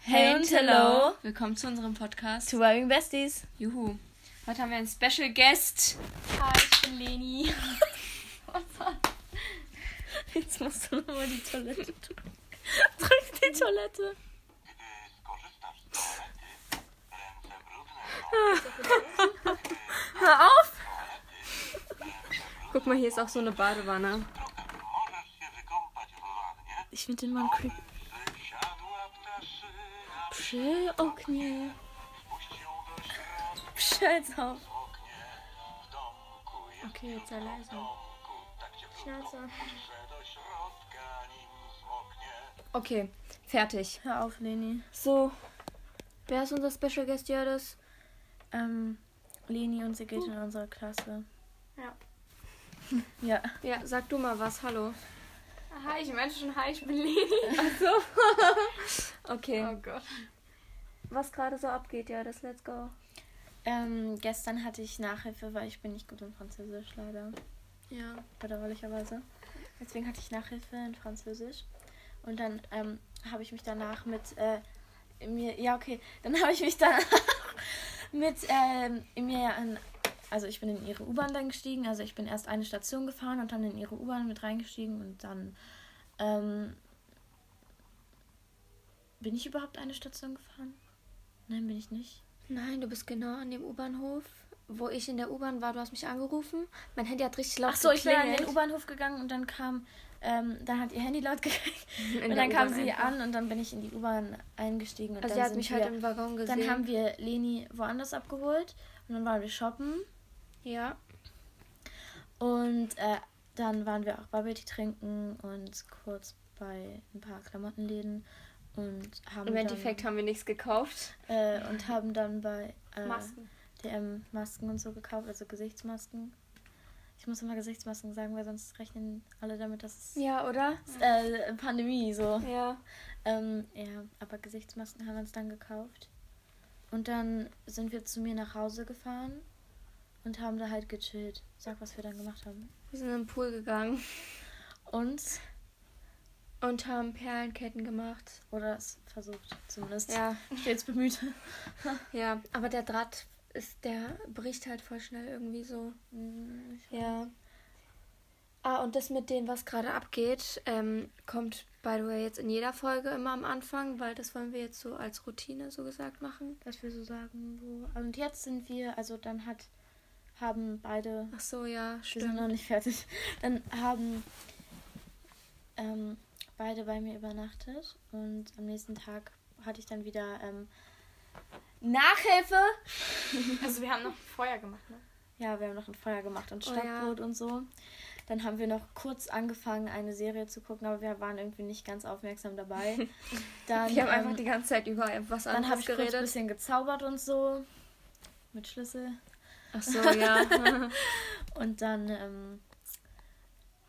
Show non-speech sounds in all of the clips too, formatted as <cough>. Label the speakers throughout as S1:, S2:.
S1: Hey und hello.
S2: Willkommen zu unserem Podcast.
S1: Two Wearing Besties.
S2: Juhu. Heute haben wir einen Special Guest.
S3: Hi, ich bin
S2: <laughs>
S3: Leni. Oh
S1: Jetzt musst du nochmal die
S2: <laughs>
S1: Toilette drücken. Drück die Toilette. Hör auf!
S2: Guck mal, hier ist auch so eine Badewanne.
S1: Ich finde den Mann creepy. Przy oknie. Przejdź auf.
S3: Okay, jetzt sei leise.
S1: Tak
S3: Schnauze.
S2: Okay, fertig.
S1: Hör auf, Leni.
S2: So, wer ist unser Special Guest hier das?
S1: Ähm, Leni und sie geht in unsere Klasse.
S3: Ja.
S1: Ja.
S2: Ja, sag du mal was. Hallo.
S3: Hi, ich meinte schon, hi, ich bin <laughs> Leni.
S2: Okay.
S3: Oh Gott.
S2: Ähm, Was gerade so abgeht, ja, das Let's Go.
S1: Ähm, gestern hatte ich Nachhilfe, weil ich bin nicht gut in Französisch leider.
S3: Ja.
S1: bedauerlicherweise. Deswegen hatte ich Nachhilfe in Französisch. Und dann ähm, habe ich mich danach mit äh, mir, ja okay, dann <laughs> habe ich mich danach mit ähm, mir an, also ich bin in ihre U-Bahn dann gestiegen, also ich bin erst eine Station gefahren und dann in ihre U-Bahn mit reingestiegen und dann ähm, bin ich überhaupt eine Station gefahren? Nein, bin ich nicht.
S3: Nein, du bist genau an dem U-Bahnhof, wo ich in der U-Bahn war. Du hast mich angerufen. Mein Handy hat richtig laut
S1: Ach so, ich bin an
S3: geklingelt.
S1: den U-Bahnhof gegangen und dann kam, ähm, dann hat ihr Handy laut <laughs> gekriegt
S3: In
S1: und
S3: der
S1: dann kam
S3: U-Bahn
S1: sie
S3: einfach.
S1: an und dann bin ich in die U-Bahn eingestiegen und
S3: Also, sie
S1: dann
S3: hat
S1: sind
S3: mich
S1: wir,
S3: halt im Waggon gesehen.
S1: dann haben wir Leni woanders abgeholt und dann waren wir shoppen
S3: ja.
S1: und äh, dann waren wir auch Bubble Tea trinken und kurz bei ein paar Klamottenläden und haben
S2: Im Endeffekt haben wir nichts gekauft.
S1: dann, äh, und haben dann bei äh,
S3: Masken.
S1: DM Masken und so gekauft, also Gesichtsmasken. Ich muss immer Gesichtsmasken sagen, weil sonst rechnen alle damit, dass es
S2: Ja, oder?
S1: äh, Pandemie so.
S2: Ja.
S1: Ähm, ja, aber Gesichtsmasken haben wir uns dann gekauft. Und dann sind wir zu mir nach Hause gefahren und haben da halt gechillt. Sag, was wir dann gemacht haben.
S3: Wir sind in den Pool gegangen
S1: Und,
S3: und haben Perlenketten gemacht.
S1: oder es versucht zumindest.
S3: Ja.
S1: Stets bemüht. <laughs>
S3: Ja. Aber der Draht ist, der bricht halt voll schnell irgendwie so. Hm, Ja. Ah, und das mit dem, was gerade abgeht, ähm, kommt, by the way, jetzt in jeder Folge immer am Anfang, weil das wollen wir jetzt so als Routine so gesagt machen.
S1: Dass wir so sagen, wo. Und jetzt sind wir, also dann hat, haben beide.
S3: Ach so, ja,
S1: Wir sind
S3: stimmt.
S1: noch nicht fertig. Dann haben ähm, beide bei mir übernachtet und am nächsten Tag hatte ich dann wieder ähm, Nachhilfe.
S3: Also wir haben noch Feuer gemacht, ne?
S1: Ja, wir haben noch ein Feuer gemacht und
S3: Oh ja.
S1: Stadtbrot und so. Dann haben wir noch kurz angefangen, eine Serie zu gucken, aber wir waren irgendwie nicht ganz
S3: <laughs>
S1: aufmerksam dabei. Dann,
S3: Wir haben
S1: ähm,
S3: einfach die ganze Zeit über was
S1: dann habe
S3: anderes
S1: ich kurz ein
S3: geredet.
S1: bisschen gezaubert und so. Mit Schlüssel.
S3: Ach so,
S1: <laughs>
S3: ja.
S1: Und dann ähm,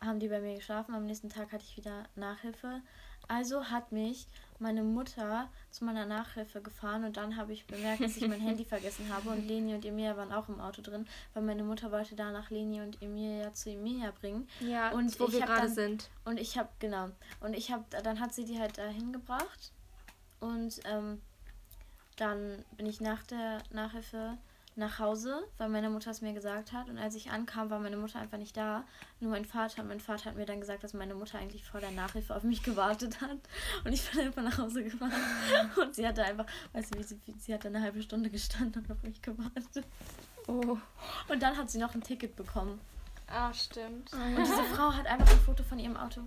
S1: haben die bei mir geschlafen. Am nächsten Tag hatte ich wieder Nachhilfe. Also hat mich meine Mutter zu meiner Nachhilfe gefahren und dann habe ich bemerkt, dass ich mein Handy vergessen habe und Leni und Emilia waren auch im Auto drin, weil meine Mutter wollte danach Leni und Emilia zu Emilia bringen.
S3: ja,
S1: Und
S3: und wo
S1: ich
S3: wir
S1: hab
S3: gerade
S1: dann-
S3: sind.
S1: Und ich habe, genau, und ich habe, dann hat sie die halt dahin gebracht. Und ähm, dann bin ich nach der Nachhilfe nach Hause, weil meine Mutter es mir gesagt hat. Und als ich ankam, war meine Mutter einfach nicht da, nur mein Vater. Und mein Vater hat mir dann gesagt, dass meine Mutter eigentlich vor der Nachhilfe auf mich gewartet hat. Und ich bin einfach nach Hause gefahren. <laughs> Und sie hatte einfach, weißt du, wie sie, sie hat eine halbe Stunde gestanden und auf mich gewartet.
S3: Oh.
S1: Und dann hat sie noch ein Ticket bekommen.
S2: Ah, stimmt.
S1: Und diese Frau hat einfach ein Foto von ihrem Auto.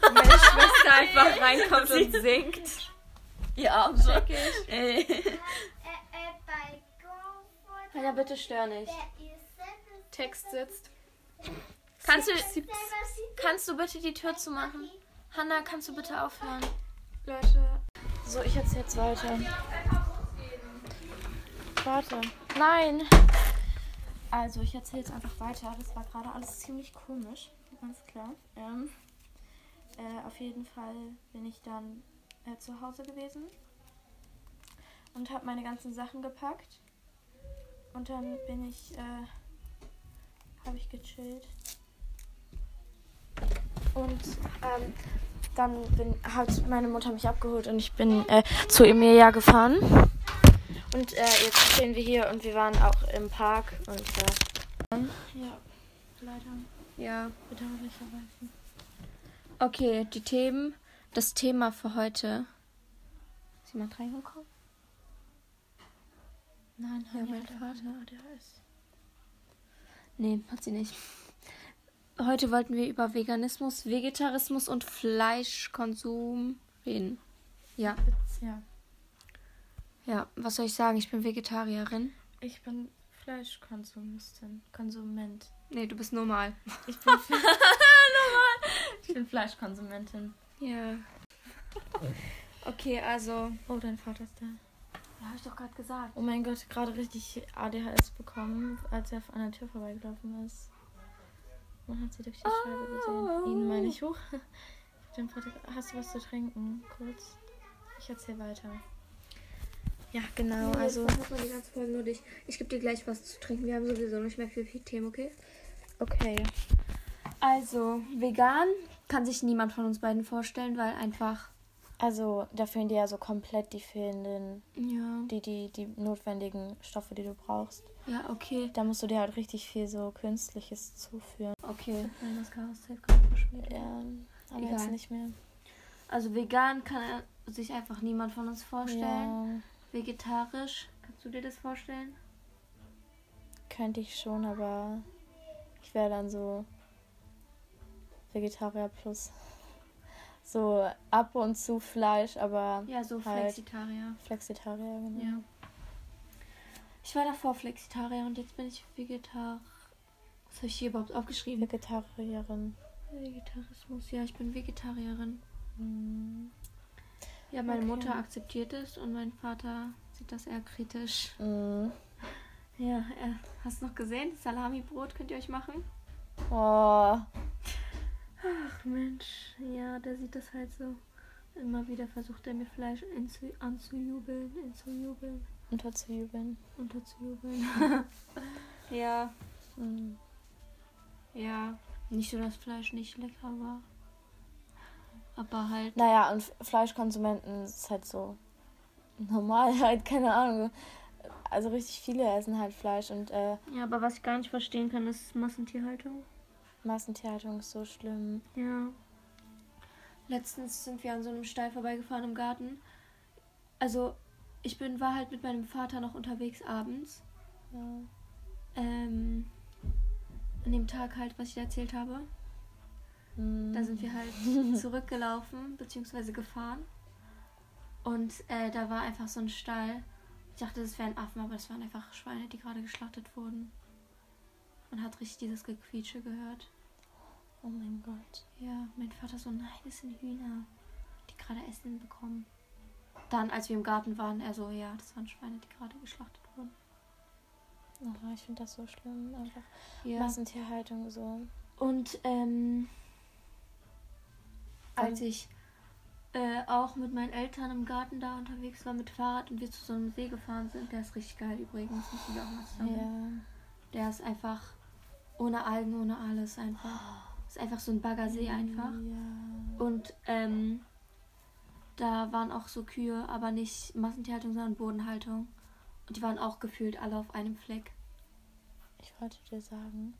S2: Meine Schwester einfach reinkommt und singt.
S1: Ja, so. Ey.
S2: Alter, bitte stör nicht.
S3: Text sitzt.
S1: Kannst du, kannst du bitte die Tür zumachen? Hanna, kannst du bitte aufhören?
S3: Leute.
S1: So, ich erzähle jetzt weiter. Warte. Nein. Also, ich erzähle jetzt einfach weiter. Das war gerade alles ziemlich komisch. Alles klar. Ähm, äh, auf jeden Fall bin ich dann äh, zu Hause gewesen und habe meine ganzen Sachen gepackt. Und dann bin ich, äh, habe ich gechillt. Und ähm, dann bin, hat meine Mutter mich abgeholt und ich bin äh, zu Emilia gefahren. Und äh, jetzt stehen wir hier und wir waren auch im Park und äh, ja, leider
S3: Ja.
S1: bedauerlicherweise.
S3: Okay, die Themen. Das Thema für heute. Ist jemand reingekommen?
S1: Nein,
S3: Ja,
S1: Hanni
S3: mein
S1: hat-
S3: Vater.
S1: der ist.
S3: Nee, hat sie nicht. Heute wollten wir über Veganismus, Vegetarismus und Fleischkonsum reden. Ja.
S1: Ja,
S3: Ja, was soll ich sagen? Ich bin Vegetarierin.
S1: ich bin Fleischkonsumistin, Konsument.
S3: Nee, du bist normal.
S1: Ich bin, <laughs> ich bin Fleischkonsumentin.
S3: Ja. Okay, also.
S1: Oh, dein Vater ist da.
S3: Ja, hab ich doch gerade gesagt.
S1: Oh mein Gott, gerade richtig ADHS bekommen, als er an der Tür vorbeigelaufen ist. Man hat sie durch die Scheibe gesehen. Ihn meine ich hoch. Den Vater- Hast du was zu trinken? Kurz. Ich erzähl weiter. Ja, genau, also.
S3: hat man die ganze Folge nur dich. Ich gebe dir gleich was zu trinken. Wir haben sowieso nicht mehr viel Themen, okay?
S1: Okay.
S3: Also, vegan kann sich niemand von uns beiden vorstellen, weil einfach.
S1: Also, da fehlen dir ja so komplett die fehlenden,
S3: Ja.
S1: die, die, die notwendigen Stoffe, die du brauchst.
S3: Ja, okay.
S1: Da musst du dir halt richtig viel so Künstliches zuführen.
S3: Okay.
S1: Ja, aber
S3: Egal.
S1: jetzt nicht mehr.
S3: Also, vegan kann sich einfach niemand von uns vorstellen.
S1: Ja.
S3: Vegetarisch, kannst du dir das vorstellen?
S1: Könnte ich schon, aber ich wäre dann so Vegetarier plus so ab und zu Fleisch, aber
S3: Ja, so
S1: Halt.
S3: Also, Flexitarier.
S1: Flexitarier, genau.
S3: Ja. Ich war davor Flexitarier und jetzt bin ich Vegetar. Was habe ich hier überhaupt aufgeschrieben?
S1: Vegetarierin.
S3: Vegetarismus, ja, ich bin Vegetarierin. Mhm.
S1: Mm.
S3: Ja, meine
S1: Okay.
S3: Mutter akzeptiert es und mein Vater sieht das eher kritisch.
S1: Mm.
S3: Ja, äh, hast du noch gesehen? Das Salamibrot könnt ihr euch machen?
S1: Oh.
S3: Ach Mensch, ja, der sieht das halt so. Immer wieder versucht er mir Fleisch inzu- anzujubeln, inzujubeln,
S1: Unterzujubeln.
S3: unterzujubeln. ja,
S1: Mm.
S3: ja. Nicht so, dass Fleisch nicht lecker war. Aber halt.
S1: Naja, und F- Fleischkonsumenten ist halt so <laughs> normal, halt, keine Ahnung. Also richtig viele essen halt Fleisch und äh,
S3: Ja, aber was ich gar nicht verstehen kann, ist Massentierhaltung.
S1: Massentierhaltung ist so schlimm.
S3: Ja. Letztens sind wir an so einem Stall vorbeigefahren im Garten. Also, ich bin, war halt mit meinem Vater noch unterwegs abends.
S1: Ja.
S3: Ähm, an dem Tag halt, was ich dir erzählt habe.
S1: Mm.
S3: Da sind wir <laughs> halt zurückgelaufen, beziehungsweise gefahren. Und äh, da war einfach so ein Stall. Ich dachte, das wären Affen, aber das waren einfach Schweine, die gerade geschlachtet wurden. Man hat richtig dieses Gequietsche gehört.
S1: Oh mein Gott.
S3: Ja, mein Vater so, nein, das sind Hühner, die gerade Essen bekommen. Dann, als wir im Garten waren, er so, ja, das waren Schweine, die gerade geschlachtet wurden.
S1: Oh, ich finde das so schlimm. Einfach
S3: Ja.
S1: Massentierhaltung so.
S3: Und ähm, als ich äh, auch mit meinen Eltern im Garten da unterwegs war mit Fahrrad und wir zu so einem See gefahren sind, der ist richtig geil übrigens, müssen wir auch mal zusammen.
S1: Ja.
S3: Der ist einfach ohne Algen, ohne alles einfach. Ist einfach so ein Baggersee einfach.
S1: Ja.
S3: Und ähm, da waren auch so Kühe, aber nicht Massentierhaltung, sondern Bodenhaltung. Und die waren auch gefühlt alle auf einem Fleck.
S1: Ich wollte dir sagen,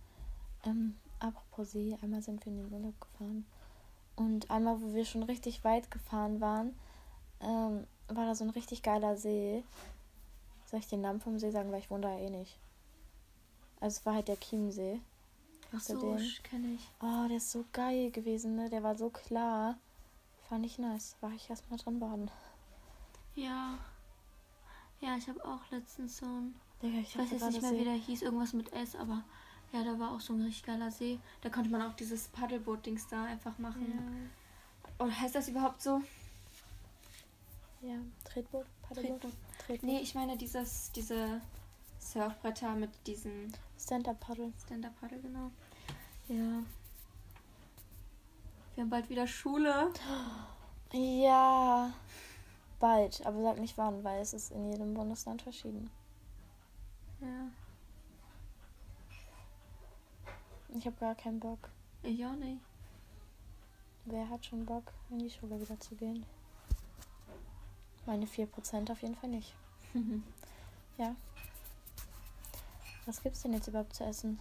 S1: ähm, apropos See, einmal sind wir in den Urlaub gefahren. Und einmal, wo wir schon richtig weit gefahren waren, ähm, war da so ein richtig geiler See. Soll ich den Namen vom See sagen, weil ich wohne da eh nicht. Also es war halt der Chiemsee.
S3: Ach
S1: Kennst du
S3: so,
S1: den?
S3: kenne ich.
S1: Oh, der ist so geil gewesen, ne? Der war so klar. Fand ich nice. War ich erstmal drin baden.
S3: Ja. Ja, ich habe auch letztens so ein.
S1: Digga,
S3: Ich weiß jetzt nicht mehr, wie der hieß, irgendwas mit S, aber ja, da war auch so ein richtig geiler See. Da konnte man auch dieses Paddelboot-Dings da einfach machen. Oder heißt das überhaupt so?
S1: Ja, ja. Tretboot, Paddelboot,
S3: Tretboot.
S1: Tretboot.
S3: Nee, ich meine dieses, diese Surfbretter mit diesen
S1: Stand-up Paddle.
S3: Stand-up-Paddle, genau. Ja. Wir haben bald wieder Schule.
S1: Ja. Bald, aber sag nicht wann, weil es ist in jedem Bundesland verschieden.
S3: Ja. <laughs>
S1: Ich habe gar keinen Bock.
S3: Ich auch nicht.
S1: Wer hat schon Bock, in die Schule wieder zu gehen? Meine 4% auf jeden Fall nicht. ja. Was gibt's denn jetzt überhaupt zu essen?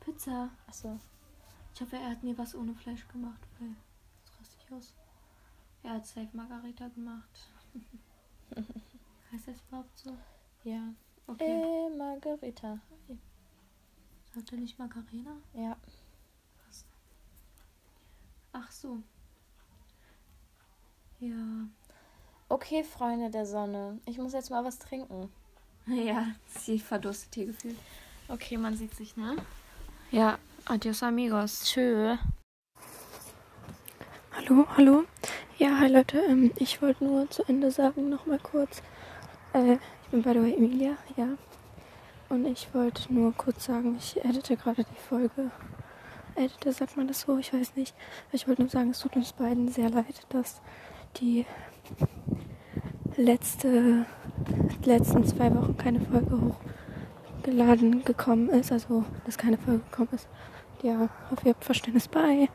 S4: Pizza.
S1: Achso.
S4: Ich hoffe, er hat mir was ohne Fleisch gemacht, weil das raste ich aus. Er hat safe Margarita gemacht. <laughs> heißt das überhaupt so?
S1: Ja.
S4: Okay.
S1: Äh, Margarita.
S4: Sagt er nicht Margarina?
S1: Ja.
S4: Ach so. Ja.
S1: Okay, Freunde der Sonne. Ich muss jetzt mal was trinken.
S4: Ja, sie verdurstet hier gefühlt.
S1: Okay, man sieht sich, ne?
S4: Ja, adios amigos.
S1: Tschö.
S4: Hallo, hallo. Ja, hi Leute. Ähm, ich wollte nur zu Ende sagen, nochmal kurz. Äh, ich bin by the way Emilia, ja. Und ich wollte nur kurz sagen, ich edite gerade die Folge. Edite, sagt man das so? Ich weiß nicht. Ich wollte nur sagen, es tut uns beiden sehr leid, dass die letzte, letzten zwei Wochen keine Folge hochgeladen gekommen ist. Also, dass keine Folge gekommen ist. Ja, hoffe, ihr habt Verständnis bei.